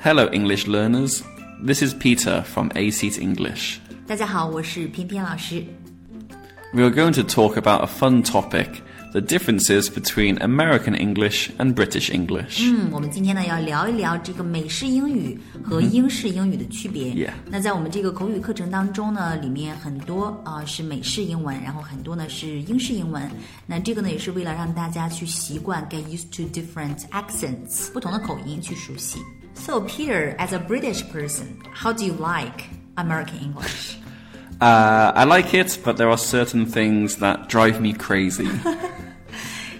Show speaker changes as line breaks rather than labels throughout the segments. Hello, English learners. This is Peter from A Seat English.
大家好，我是偏偏老师。
We are going to talk about a fun topic the differences between American English and British English.
嗯，我们今天呢要聊一聊这个美式英语和英式英语的区别。
Yeah
那在我们这个口语课程当中呢，里面很多啊、呃是美式英文，然后很多呢是英式英文。那这个呢也是为了让大家去习惯 get used to different accents，不同的口音去熟悉。So Peter, as a British person, how do you like American English?
Uh, I like it, but there are certain things that drive me crazy.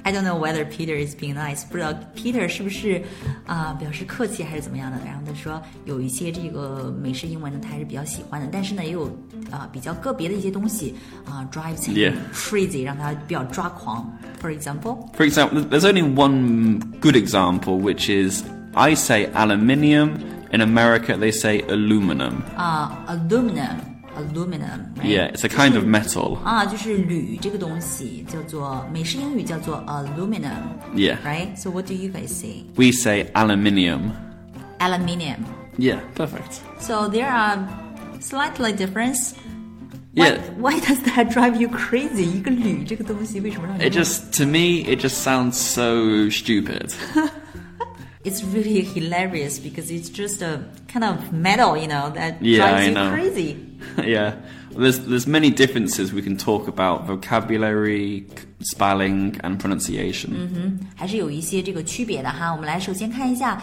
I don't know whether Peter is being nice，不知道 Peter 是不是啊、呃表示客气还是怎么样的。然后他说有一些这个美式英文呢，他还是比较喜欢的，但是呢也有啊、呃比较个别的一些东西啊、呃 drives him
Yeah.
crazy，让他比较抓狂。For example，
For example, there's only one good example, which is I say aluminium. In America, they say aluminum.
啊、a l u m i n u m a l u m i n u m
Yeah, it's a kind of metal.
啊，就是铝这个东西叫做美式英语叫做 aluminum，right？So
Yeah.
what do you guys say?
We say aluminium.
Aluminium.
Yeah, perfect.
So there are slightly difference. Why,
Yeah.
why does that drive you crazy? 一个铝这个东西为什么让你
It just, to me, it just sounds so stupid.
It's really hilarious because it's just a kind of metal, you know, that
Yeah,
drives
I
you
know.
crazy.
yeah. There's, there's many differences we can talk about vocabulary, c- spelling, and pronunciation.
还是有一些这个区别的哈。我们来首先看一下，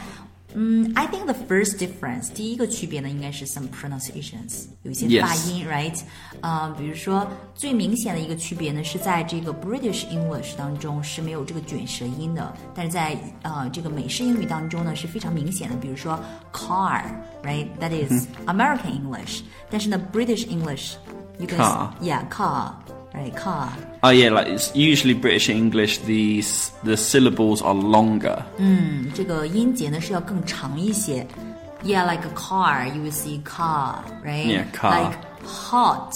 嗯，I think the first difference，第一个区别呢应该是 some pronunciations，有一些
Yes.
发音，right？呃，比如说最明显的一个区别呢是在这个 British English 当中是没有这个卷舌音的，但是在呃这个美式英语当中呢是非常明显的，比如说 car，right？That is
Mm-hmm
American English，但是呢 British English。You guys,
Car.
yeah, car, right, car.
Oh, yeah, like it's usually British English, the, s- the syllables are longer.
这个音节呢是要更长一些。Yeah, like a car, you will see car, right?
Yeah, car.
Like hot.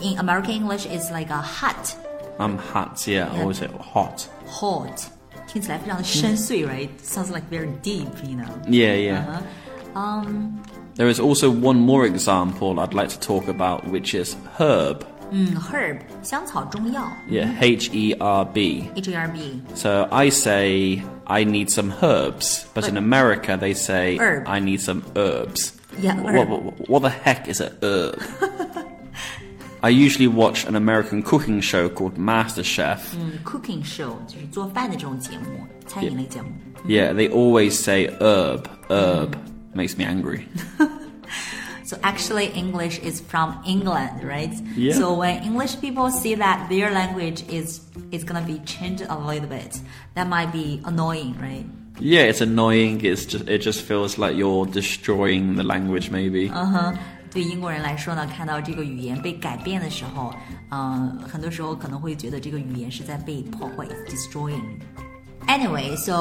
In American English, it's like a hot,
I'm Um, hot, yeah, or is it hot?
hot. 听起来非常的深邃，right?
嗯
Sounds like very deep, you know.
Yeah, yeah. there is also one more example I'd like to talk about, which is herb.
嗯，herb 香草中药
Yeah, H E R B.
，H E R B
So I say I need some herbs, but in America they say
Herb.
I need some herbs.
Yeah,
Wh-
herb.
What, what, what the heck is a herb? I usually watch an American cooking show called MasterChef.
Mm. 嗯 cooking show 就是做饭的这种节目，餐饮类节目。
Yeah, they always say herb, herb. Makes me angry.
So actually, English is from England, right?
Yeah.
So when English people see that their language is is gonna be changed a little bit, that might be annoying, right?
Yeah, it's annoying. It's just it just feels like you're destroying the language. Maybe
Uh-huh. 对英国人来说呢，看到这个语言被改变的时候，嗯、很多时候可能会觉得这个语言是在被破坏，destroying。Anyway, so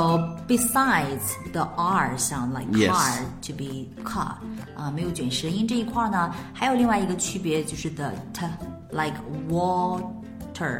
besides the R sound like
Yes.
car to be car，啊、没有卷舌音这一块儿呢，还有另外一个区别就是 the t like water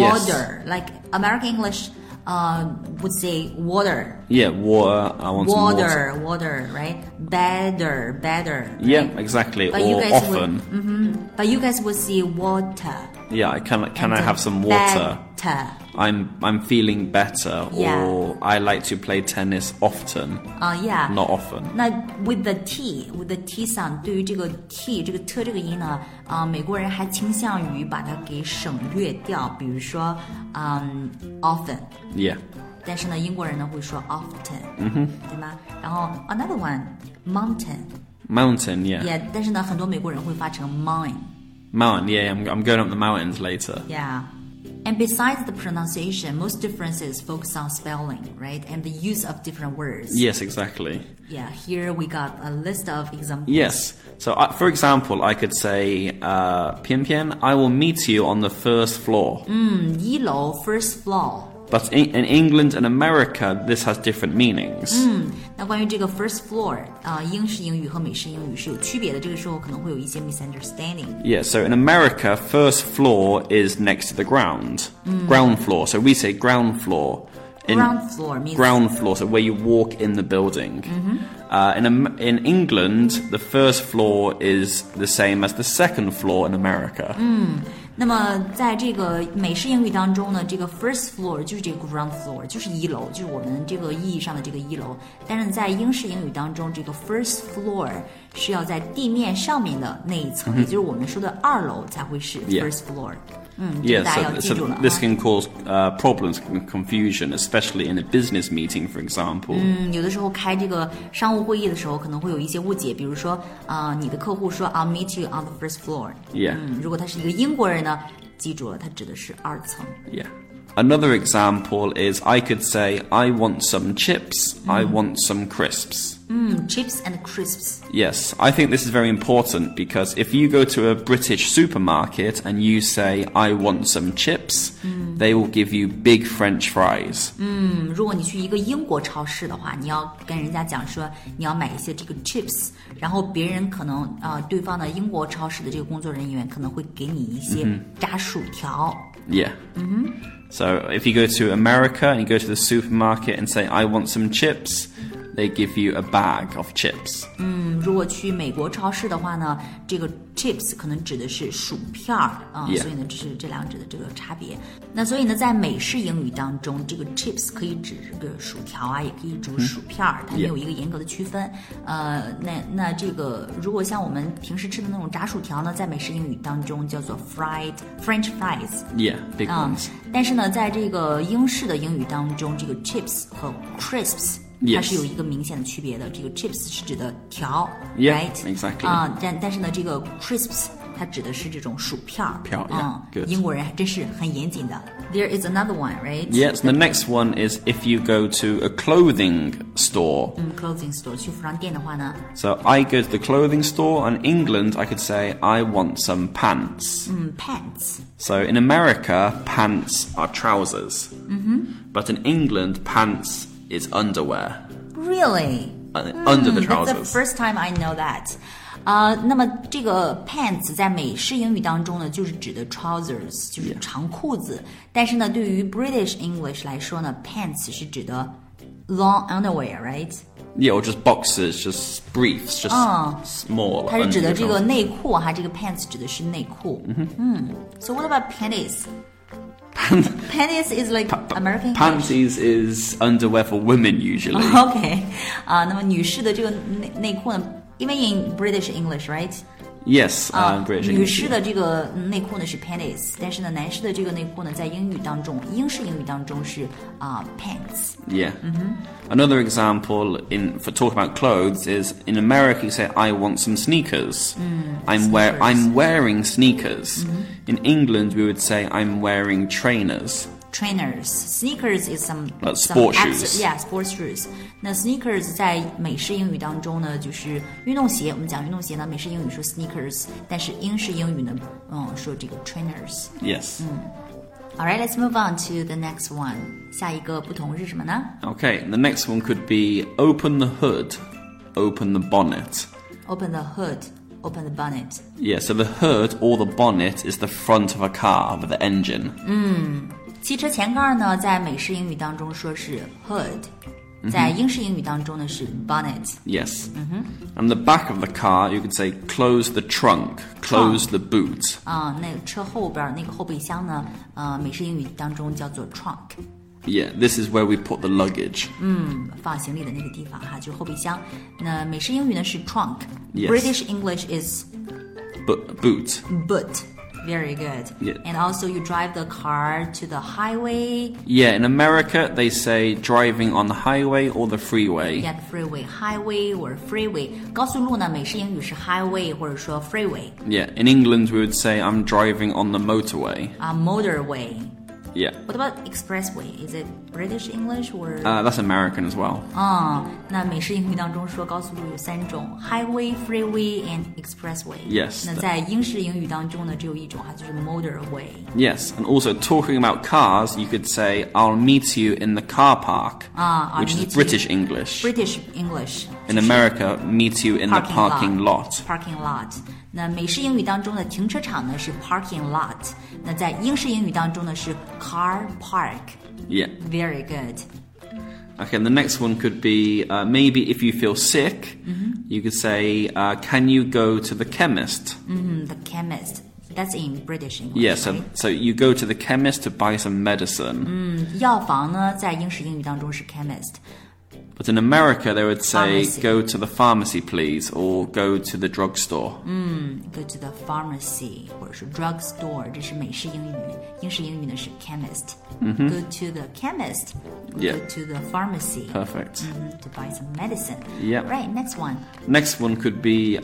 Yes.
water like American English，呃、would say water
yeah, water. I want some water.
water water right better better
Yeah, exactly.
But you
or
guys would- Mm-hmm.
often.
But you guys will see water.
Yeah, I can. Can
and
I have some water?
Better.
I'm I'm feeling better.
Yeah.
Or I like to play tennis often,
Uh, yeah.
not often.
那 with the t with the t sound，对于这个 t 这个 t 这个音呢，啊、美国人还倾向于把它给省略掉，比如说，嗯、o f t e n
Yeah.
但是呢，英国人呢会说 often，、对
Mm-hmm.
吗？然后 another one mountain，
Mountain. Yeah.
也、但是呢，很多美国人会发成 mine。
Mountain. Yeah. I'm I'm going up the mountains later.
Yeah. And besides the pronunciation, most differences focus on spelling, right? And the use of different words.
Yes, exactly.
Yeah, here we got a list of examples.
Yes. So, I, for example, I could say, uh, "Pian Pian, I will meet you on the first floor."
Mm. Yilo, first floor.
But in, in England and America, this has different meanings.
Mm. 那关于这个 first floor 啊、英式英语和美式英语是有区别的，这个时候可能会有一些 misunderstanding。
Yeah, so in America, first floor is next to the ground, ground floor. So we say ground floor. In-
Mm. ground floor means
ground floor, so where you walk in the building. Uh, in, Am- in England, the first floor is the same as the second floor in America.
那么在这个美式英语当中呢，这个 first floor 就是这个 ground floor，就是一楼，就是我们这个意义上的这个一楼。但是在英式英语当中，这个 first floor 是要在地面上面的那一层，也就是我们说的二楼才会是
嗯 Yeah.
first floor。嗯，这
Yeah,
个大家要
so,
记住
so
了啊。
this can cause uh, problems and confusion, especially in a business meeting, for example.
嗯，有的时候开这个商务会议的时候，可能会有一些误解，比如说，啊、你的客户说 I'll meet you on the first floor。
Yeah.
嗯，如果他是一个英国人呢，记住了，他指的是二层。
Yeah. Another example is I could say, I want some chips, I want some crisps.
嗯，chips and crisps。
Yes, I think this is very important because if you go to a British supermarket and you say, I want some chips, they will give you big French fries.
嗯，如果你去一个英国超市的话，你要跟人家讲说你要买一些这个 chips，然后别人可能啊、呃对方的英国超市的这个工作人员可能会给你一些炸薯条。
Yeah. Mm-hmm. So if you go to America and you go to the supermarket and say, I want some chips, they give you a bag of chips.
嗯，如果去美国超市的话呢，这个 chips 可能指的是薯片儿啊
Yeah.
所以呢，这是这两者的这个差别。那所以呢，在美式英语当中，这个 chips 可以指这个薯条啊，也可以指薯片儿，它没
嗯 Yeah.
有一个严格的区分。呃，那那这个如果像我们平时吃的那种炸薯条呢，在美式英语当中叫做 fried French fries。
Yeah, big
啊、
ones.
但是呢，在这个英式的英语当中，这个 chips 和 crisps 它
Yes.
是有一个明显的区别的。这个 chips 是指的条
Yeah,
right？
exactly.
啊、但但是呢，这个 crisps 它指的是这种薯片儿。
片儿
啊、
yeah, good.
英国人还真是很严谨的。There is another one, right?
Yes, the next one is if you go to a clothing store.
嗯，clothing store 去服装店的话呢，
So I go to the clothing store and in England I could say I want some pants.
嗯，pants
So in America pants are trousers. Mm-hmm. But in England pants is underwear.
really
uh, under the
Ah, That's the
trousers.
first time I know that. 啊、那么这个 pants 在美式英语当中呢，就是指的 trousers，就是长裤子。但是呢，对于 British English 来说呢，pants 是指的 long underwear，right？
Yeah, or just boxers, just briefs, just
Oh.
small.
它是指的
under
这个
trousers.
内裤哈，这个 pants 指的是内裤。嗯，So what about panties? panties is like American Uh-huh. English.
Panties is underwear for women usually.
OK，啊、那么女士的这个内内裤呢，因为 in British English right？
Yes, uh,
啊，
British
女
English.
士的这个内裤呢是 panties，但是呢，男士的这个内裤呢，在英语当中，英式英语当中是啊、pants。
Yeah. Another example in for talk about clothes is in America you say I want some sneakers. I'm wear I'm wearing sneakers. In England we would say I'm wearing trainers.
Trainers, sneakers is some
Like
some
sport
extra-
shoes.
yeah, Uh， sports shoes. 那 sneakers 在美式英语当中呢，就是运动鞋。我们讲运动鞋呢，美式英语说 sneakers，但是英式英语呢，嗯，说这个 trainers。
Yes.
All right, let's move on to the next one. 下一个不同是什么呢
Okay. The next one could be open the hood, open the bonnet.
Open the hood, open the bonnet.
Yeah, so the hood or the bonnet is the front of a car with the engine.
汽车前盖呢，在美式英语当中说是 hood，在英式英语当中呢是 bonnet。
Yes. And the back of the car, you could say close the trunk, close the boot.
啊、那个车后边儿那个后备箱呢，呃，美式英语当中叫做 trunk，
Yeah, this is where we put the luggage.
放行李的那个地方哈，就是后备箱。那美式英语呢是 trunk。
Yes.
British English is
But boot.
boot. Very good.
Yeah.
And also you drive the car to the highway.
Yeah, in America they say driving on the highway or the freeway.
Yeah, the freeway, highway or freeway. 高速路呢，美式英语是 highway 或者说 freeway
Yeah, in England we would say I'm driving on the motorway.
啊、motorway。
Yeah.
What about expressway? Is it British English or？
Uh, that's American as well.
啊、那美式英语当中说高速路有三种：highway、freeway and expressway。
Yes.
那在英式英语当中呢，只有一种哈，就是 motorway。
Yes, and also talking about cars, you could say I'll meet you in the car park,
Ah, I'll
which is
meet you.
British English.
British English。
in America, meet you in the
Parking
parking lot.
Parking lot。那美式英语当中的停车场呢是 parking lot，那在英式英语当中呢是 car park。
Yeah.
Very good.
Okay, and the next one could be uh, maybe if you feel sick,
Mm-hmm.
you could say, uh, "Can you go to the chemist?"
Mm, the chemist. That's in British English.
Yeah, so so you go to the chemist to buy some medicine.
嗯药房呢，在英式英语当中是 chemist。
But in America, they would say,
Pharmacy.
"Go to the pharmacy, please," or "Go to the drugstore."
Go to the pharmacy 或者是 drug store，这是美式英语，英式英语呢是 chemist。Go to the chemist.
Yeah.
Go to the pharmacy.
Perfect.
Mhm, To buy some medicine.
Yeah.
Right. Next one.
Next one could be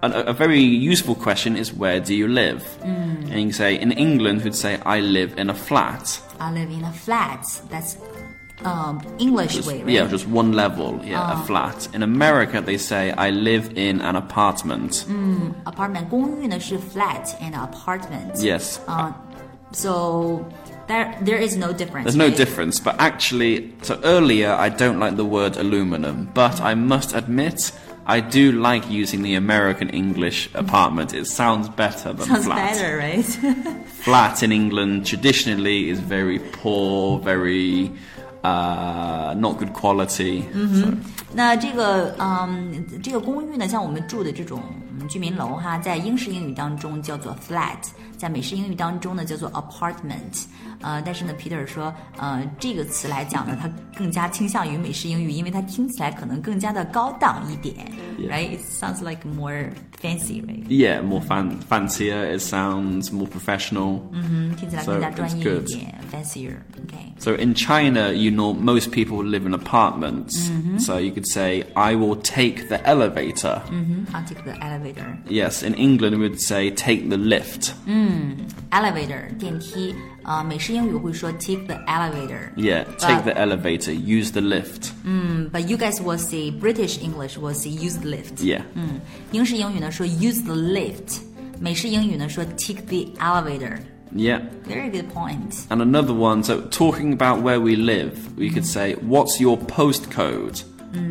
a, a very useful question: "Is where do you live?" And you can say, in England, we'd say, "I live in a flat."
I live in a flat. That's um English way, right?
Yeah, just one level. Yeah, a flat. In America, they say, "I live in an apartment."
Apartment 公寓呢是 flat and apartment.
Yes.
So there there is no difference.
There's no
right?
difference, but actually, so earlier I don't like the word aluminum, but I must admit I do like using the American English apartment. It sounds better than
Sounds
flat.
better, right?
Flat in England traditionally is very poor, very uh, not good quality.
那这个嗯，这个公寓呢，像我们住的这种嗯居民楼哈，在英式英语当中叫做 flat，在美式英语当中呢叫做 apartment。呃，但是呢，Peter 说，呃，这个词来讲呢，它更加倾向于美式英语，因为它听起来可能更加的高档一点
Yeah.
，right？It sounds like more fancy，right？
Yeah, more fan- fancier. It sounds more professional.
嗯，听起来
So
更加
it's
专业一
good.
点，fancier。OK。
So in China, you know, most people live in apartments.
Mm-hmm.
So you could say, "I will take the elevator."
嗯哼，I'll take the elevator。
Yes, in England we would say take the lift.
elevator 电梯，呃，美式英语会说 take the elevator。
Yeah, take
But-
the elevator, use the lift.
But you guys will say British English will say use the lift。
Yeah.
嗯，英式英语呢说 use the lift，美式英语呢说 take the elevator。
Yeah.
Very good point。
And another one, so talking about where we live, we could say what's your postcode?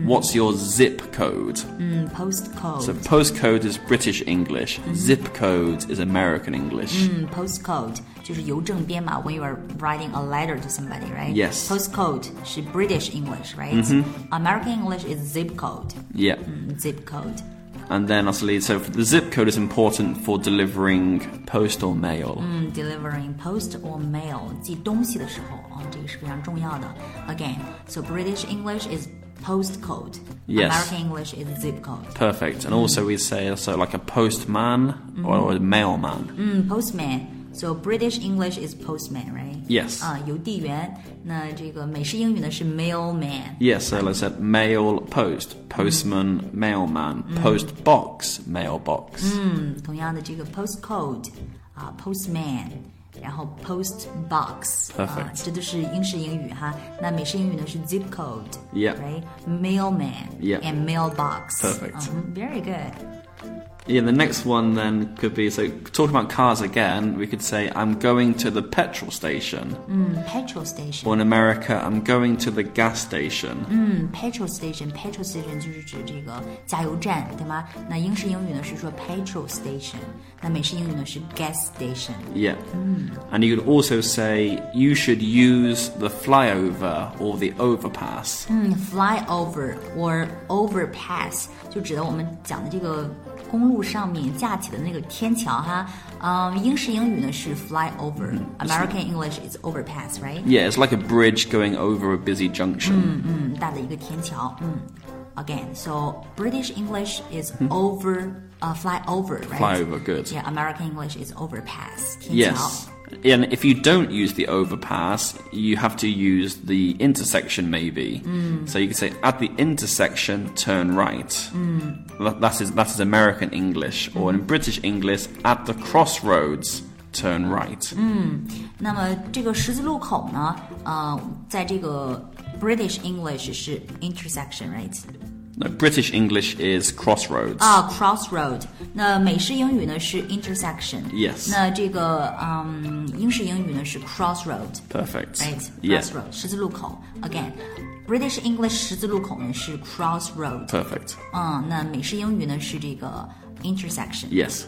What's your zip code?
嗯，postcode。
So postcode is British English, zip code is American English.
嗯，postcode Mm, 就是邮政编码。When you are writing a letter to somebody, right?
Yes. Mm-hmm.
Postcode 是 British English, right? American English is zip code.
Yeah.
嗯，zip code。
And then lastly, so the zip code is important for delivering post or mail.
嗯，delivering post or mail 寄东西的时候啊、这个是非常重要的。Again, so British English is postcode,
Yes.
American English is zip code.
Perfect. And also we say so like a postman or a mailman.
嗯，postman. Mm, So British English is postman, right?
Yes.
啊、邮递员。那这个美式英语呢是 mailman。
Yes, so like I said, mail, post, postman, mailman, post box, mailbox.
嗯，同样的这个 postcode 啊、p o s t m a n 然后 post box 啊、
Perfect.
这都是英式英语哈。那美式英语呢是 zip code。
Yeah.
Right. Mailman.
Yeah.
And mailbox.
Perfect.
嗯 very good.
Yeah, the next one then could be so talking about cars again, we could say, I'm going to the petrol station.
嗯 Petrol station.
Or in America, I'm going to the gas station.
嗯 Petrol station. Petrol station 就是指这个加油站，对吗？那英式英语呢是说 petrol station，那美式英语呢是 gas station。
Yeah. And you could also say, you should use the flyover or the overpass.
嗯，flyover or overpass 就指的我们讲的这个公路上面架起的那个天桥哈。嗯，英式英语呢是 flyover，American English is overpass，right？
Yeah, it's like a bridge going over a busy junction.
很大的一个天桥。嗯，again, so British English is over 呃 flyover, right?
Flyover, good.
Yeah, American English is overpass 天桥。
Yes. And if you don't use the overpass, you have to use the intersection maybe. So you could say at the intersection turn right. That, that is that is American English or in British English at the crossroads turn right.
那么这个十字路口呢，呃，在这个 British English 是 intersection, right?
No, British English is crossroads.
啊、c r o s s r o a d 那美式英语呢是 intersection。
Yes
那这个嗯，英式英语呢是 crossroad。
Perfect.
Right,
Yeah.
crossroad 十字路口。Again, British English 十字路口呢是 crossroad。
Perfect.
嗯，那美式英语呢是这个 intersection。
Yes.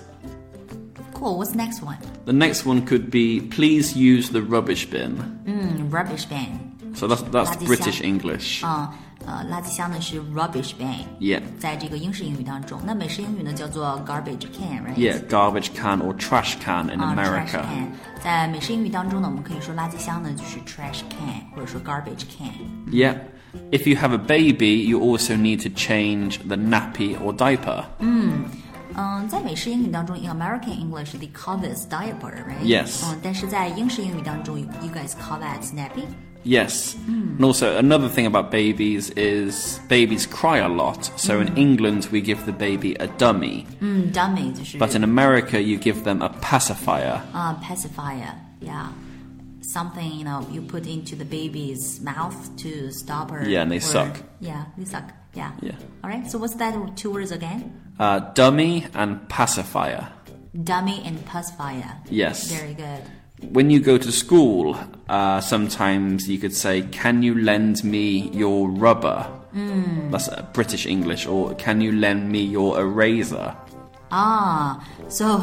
Cool. What's next one?
The next one could be please use the rubbish bin.
Mm, 嗯 rubbish bin.
So that's that's
垃圾箱
British English.
啊、呃，垃圾箱呢是 rubbish bin，
Yeah.
在这个英式英语当中，那美式英语呢叫做 garbage can，right？
Yeah, garbage can or trash can in
啊
America.
，trash can，在美式英语当中呢，我们可以说垃圾箱呢就是 trash can，或者说 garbage can。
Yeah. If you have a baby, you also need to change the nappy or diaper.
嗯，在美式英语当中，in American English they call this diaper，right？
Yes
嗯，但是在英式英语当中，you you guys call that nappy。
Yes.
Hmm.
And also, another thing about babies is babies cry a lot. So
Hmm.
in England, we give the baby a dummy.
嗯，dummy 就是
But in America, you give them a pacifier.
啊、pacifier，yeah。Something you know you put into the baby's mouth to stop her.
Yeah, and they
or-
suck.
Yeah, they suck. Yeah.
Yeah.
All right. So what's that two words again?
Uh, dummy and pacifier.
Dummy and pacifier.
Yes.
Very good.
When you go to school, uh, sometimes you could say, Can you lend me your rubber? That's uh, British English. Or Can you lend me your eraser?
啊、s o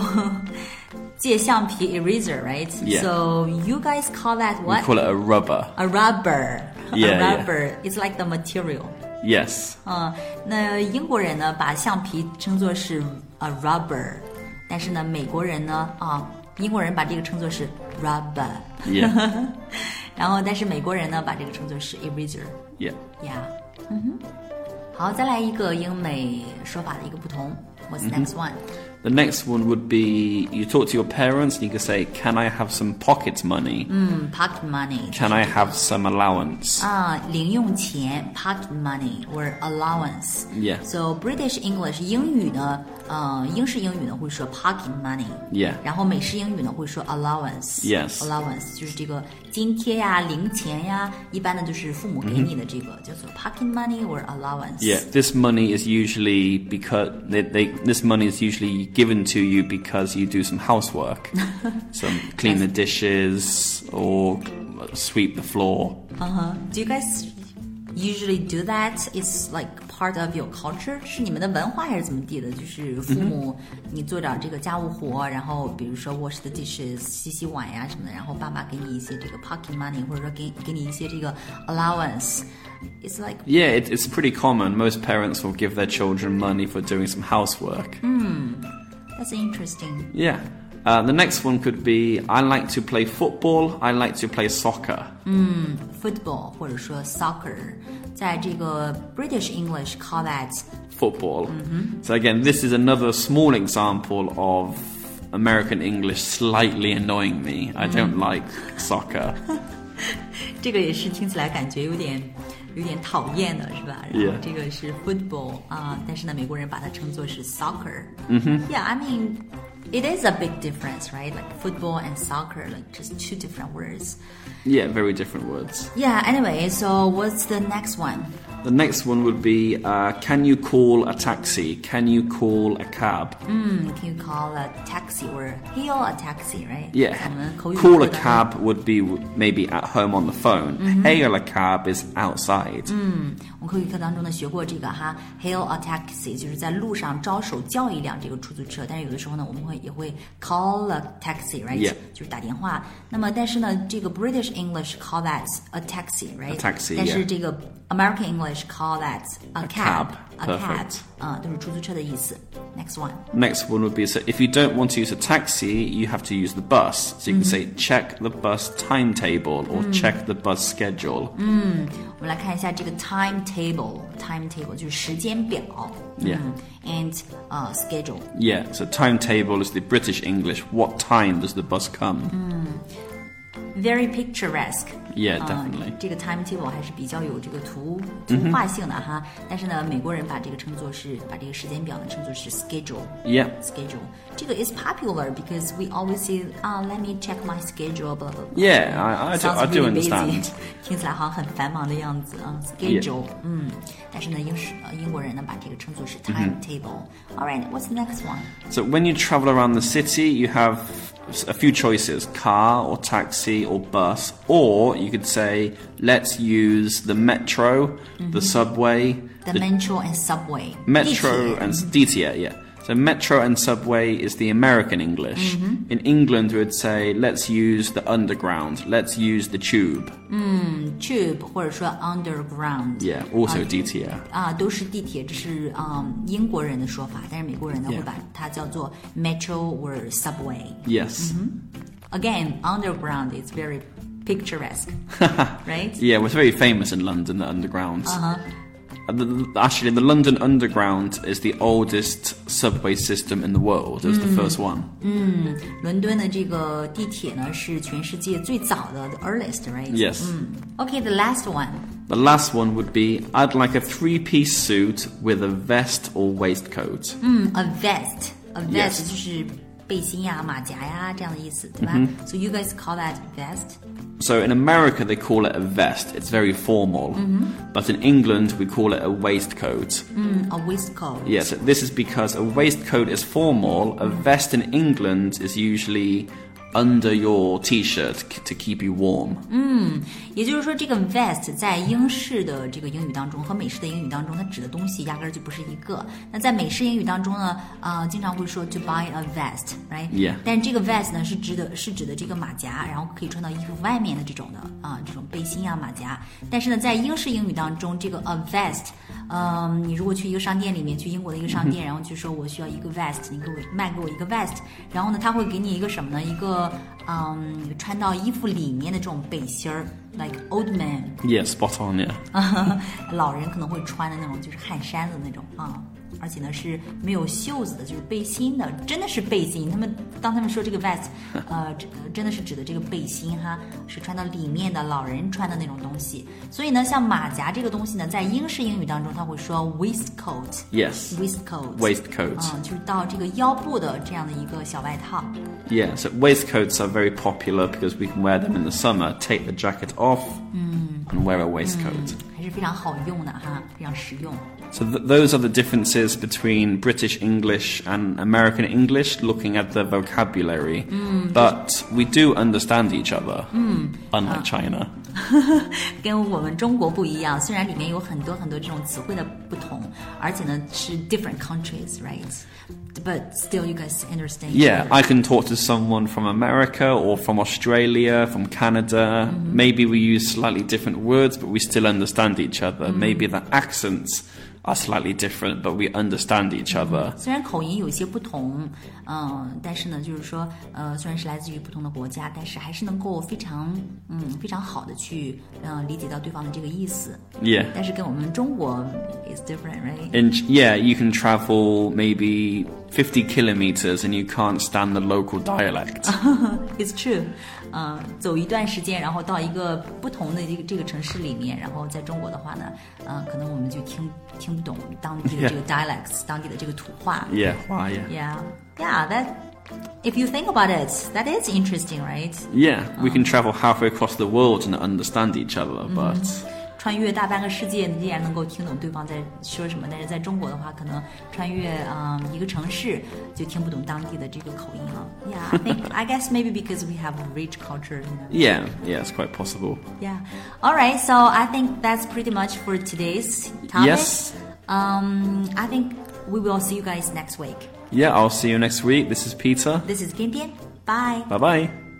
借橡皮 eraser, right?
Yeah.
So you guys call that
We
what?
call it a rubber.
A rubber.
Yeah,
a
yeah.
rubber. It's like the material.
Yes.
嗯，那英国人呢，把橡皮称作是 a rubber，但是呢，美国人呢，啊，英国人把这个称作是 rubber，
Yeah.
然后但是美国人呢，把这个称作是 eraser，
yeah.
呀，嗯哼，好，再来一个英美说法的一个不同，What's
Mm-hmm.
next one？、
The next one would be you talk to your parents and you could say, Can I have some pocket money?
嗯，pocket money，
Can I have some allowance?
啊，零用钱 pocket money or allowance。
Yeah.
So British English 英语呢，呃，英式英语呢会说 pocket money。
Yeah.
然后美式英语呢会说 allowance。
Yes.
Allowance 就是这个津贴呀、零钱呀，一般呢就是父母给你的这个叫做 pocket money or allowance。
Yeah, this money is usually because they, they, this money is usually given to you because you do some housework, some clean the dishes or sweep the floor.
Uh-huh. Do you guys usually do that? It's like part of your culture，是你们的文化还是怎么地的？就是父母你做点这个家务活，然后比如说 wash the dishes，洗洗碗呀什么的，然后爸爸给你一些这个 pocket money，或者说给给你一些这个 allowance。It's like
Yeah, it, it's pretty common. Most parents will give their children money for doing some housework.
that's interesting.
Yeah. Uh, the next one could be I like to play football. I like to play soccer.
Football 或者说 soccer，在这个 British English call that
football. So again, this is another small example of American English slightly annoying me. I don't like soccer.
这个也是听起来感觉有点有点讨厌的是吧？然后
Yeah.
这个是 football 啊、但是呢，美国人把它称作是 soccer。嗯哼。Yeah,
Mm-hmm。
I mean, it is a big difference, right? Like football and soccer, like just two different words.
Yeah, very different words.
Yeah. Anyway, so what's the next one?
The next one would be uh, can you call a taxi? Can you call a cab?
Hmm, Can you call a taxi or hail a taxi, right?
Yeah.
我们口语
Call
说
a
的
cab would be w- maybe at home on the phone. Hail a cab is outside.
我们口语课当中呢学过这个哈，hail a taxi，就是在路上招手叫一辆这个出租车。但是有的时候呢，我们会也会 call a taxi，right？、
Yeah.
就是打电话。那么但是呢，这个 British English call that a taxi，right？
A taxi，
但是
yeah.
这个 American English call that a cab，a cab，
perfect
啊、都是出租车的意思。Next one，
Next one would be so if you don't want to use a taxi, you have to use the bus. So you can say check the bus timetable or check the bus schedule.
我们来看一下这个 timetable，timetable 就是时间表。
Yeah
嗯 and 呃、schedule。
Yeah, so timetable is the British English. What time does the bus come?
very picturesque。
Yeah,
嗯
definitely. 嗯
这个 timetable 还是比较有这个图图画性的哈。但是呢，美国人把这个称作是把这个时间表呢称作是 schedule。
Yeah.
Schedule 这个 is popular because we always say 啊、let me check my schedule blah blah blah。
Yeah, I- I do-
Sounds
I do
really busy.
understand.
听起来好像很繁忙的样子啊。Schedule，、嗯，但是呢，英式呃英国人呢把这个称作是
嗯
timetable。All right, what's the next one?
So when you travel around the city, you have a few choices car or taxi or bus, or you could say, let's use the metro, the subway,
The metro and subway. 地铁
metro and s- DTA, yeah. So metro and subway is the American English. In England, we would say let's use the underground, let's use the tube.
tube 或者说 underground。
Yeah, also DTR.
啊，都是地铁，这是啊、嗯英国人的说法，但是美国人呢
Yeah.
会把它叫做 metro or subway。
Yes.
Again, underground is very picturesque, right?
Yeah, it was very famous in London, the underground. Uh-huh. actually, the London Underground is the oldest subway system in the world. It was the first one.
伦敦的这个地铁呢是全世界最早的 the earliest, right?
Yes.
Okay, the last one.
The last one would be I'd like a three piece suit with a vest or waistcoat.
嗯，a vest, a vest
Yes.
就是背心呀、马甲呀这样的意思，对吧、So you guys call that vest?
So in America, they call it a vest, it's very formal. But in England, we call it a waistcoat.
嗯，a waistcoat.
Yes, this is because a waistcoat is formal, a vest in England is usually under your t shirt to keep you warm.
也就是说，这个 vest 在英式的这个英语当中和美式的英语当中，它指的东西压根儿就不是一个。那在美式英语当中呢，呃，经常会说 to buy a vest，right？、
Yeah
但这个 vest 呢是指的是指的这个马甲，然后可以穿到衣服外面的这种的啊、这种背心啊马甲。但是呢，在英式英语当中，这个 a vest，嗯、你如果去一个商店里面，去英国的一个商店，然后去说我需要一个 vest，你给我卖给我一个 vest，然后呢，他会给你一个什么呢？一个嗯，穿到衣服里面的这种背心儿，like old man，
Yeah, spot on, yeah.
老人可能会穿的那种，就是汗衫的那种啊。而且呢是没有袖子的，就是背心的，真的是背心。他们当他们说这个 vest，呃，这个真的是指的这个背心哈，是穿到里面的老人穿的那种东西。所以呢，像马甲这个东西呢，在英式英语当中，他会说 waistcoat。
Yes.
waistcoat
Waistcoat.
嗯，就是到这个腰部的这样的一个小外套。
Yeah, so waistcoats are very popular because we can wear them in the summer, take the jacket off, and wear a waistcoat.
还是非常好用的哈，非常实用。
So th- those are the differences between British English and American English looking at the vocabulary. But we do understand each other, unlike China.
跟我们中国不一样，虽然里面有很多很多这种词汇的不同，而且呢是 different countries, right? But still, you guys understand. each
Yeah,
other.
I can talk to someone from America or from Australia, from Canada. Maybe we use slightly different words, but we still understand each other. Maybe the accents are slightly different, but we understand each other.
虽然口音有一些不同，嗯、但是呢，就是说，呃，虽然是来自于不同的国家，但是还是能够非常，嗯，非常好的去，嗯、理解到对方的这个意思。
Yeah.
但是跟我们中国嗯 is different, right?
And yeah, you can travel maybe 50 kilometers and you can't stand the local dialect.
It's true，嗯、走一段时间，然后到一个不同的这个这个城市里面，然后在中国的话呢，呃，可能我们就听听不懂当地的
Yeah.
这个 dialects，当地的这个土话。
yeah, wow, yeah.
Yeah, yeah, that if you think about it, that is interesting, right?
Yeah, we can travel halfway across the world and understand each other, but
穿越大半个世界，你依然能够听懂对方在说什么，但是在中国的话，可能穿越嗯、一个城市就听不懂当地的这个口音了。Yeah, I think I guess maybe because we have a rich culture, you know.
yeah, yeah, it's quite possible.
Yeah. All right. So I think that's pretty much for today's topic.
Yes.
Um, I think we will see you guys next week.
Yeah, I'll see you next week. This is Peter.
This is Pian Pian. Bye.
Bye bye.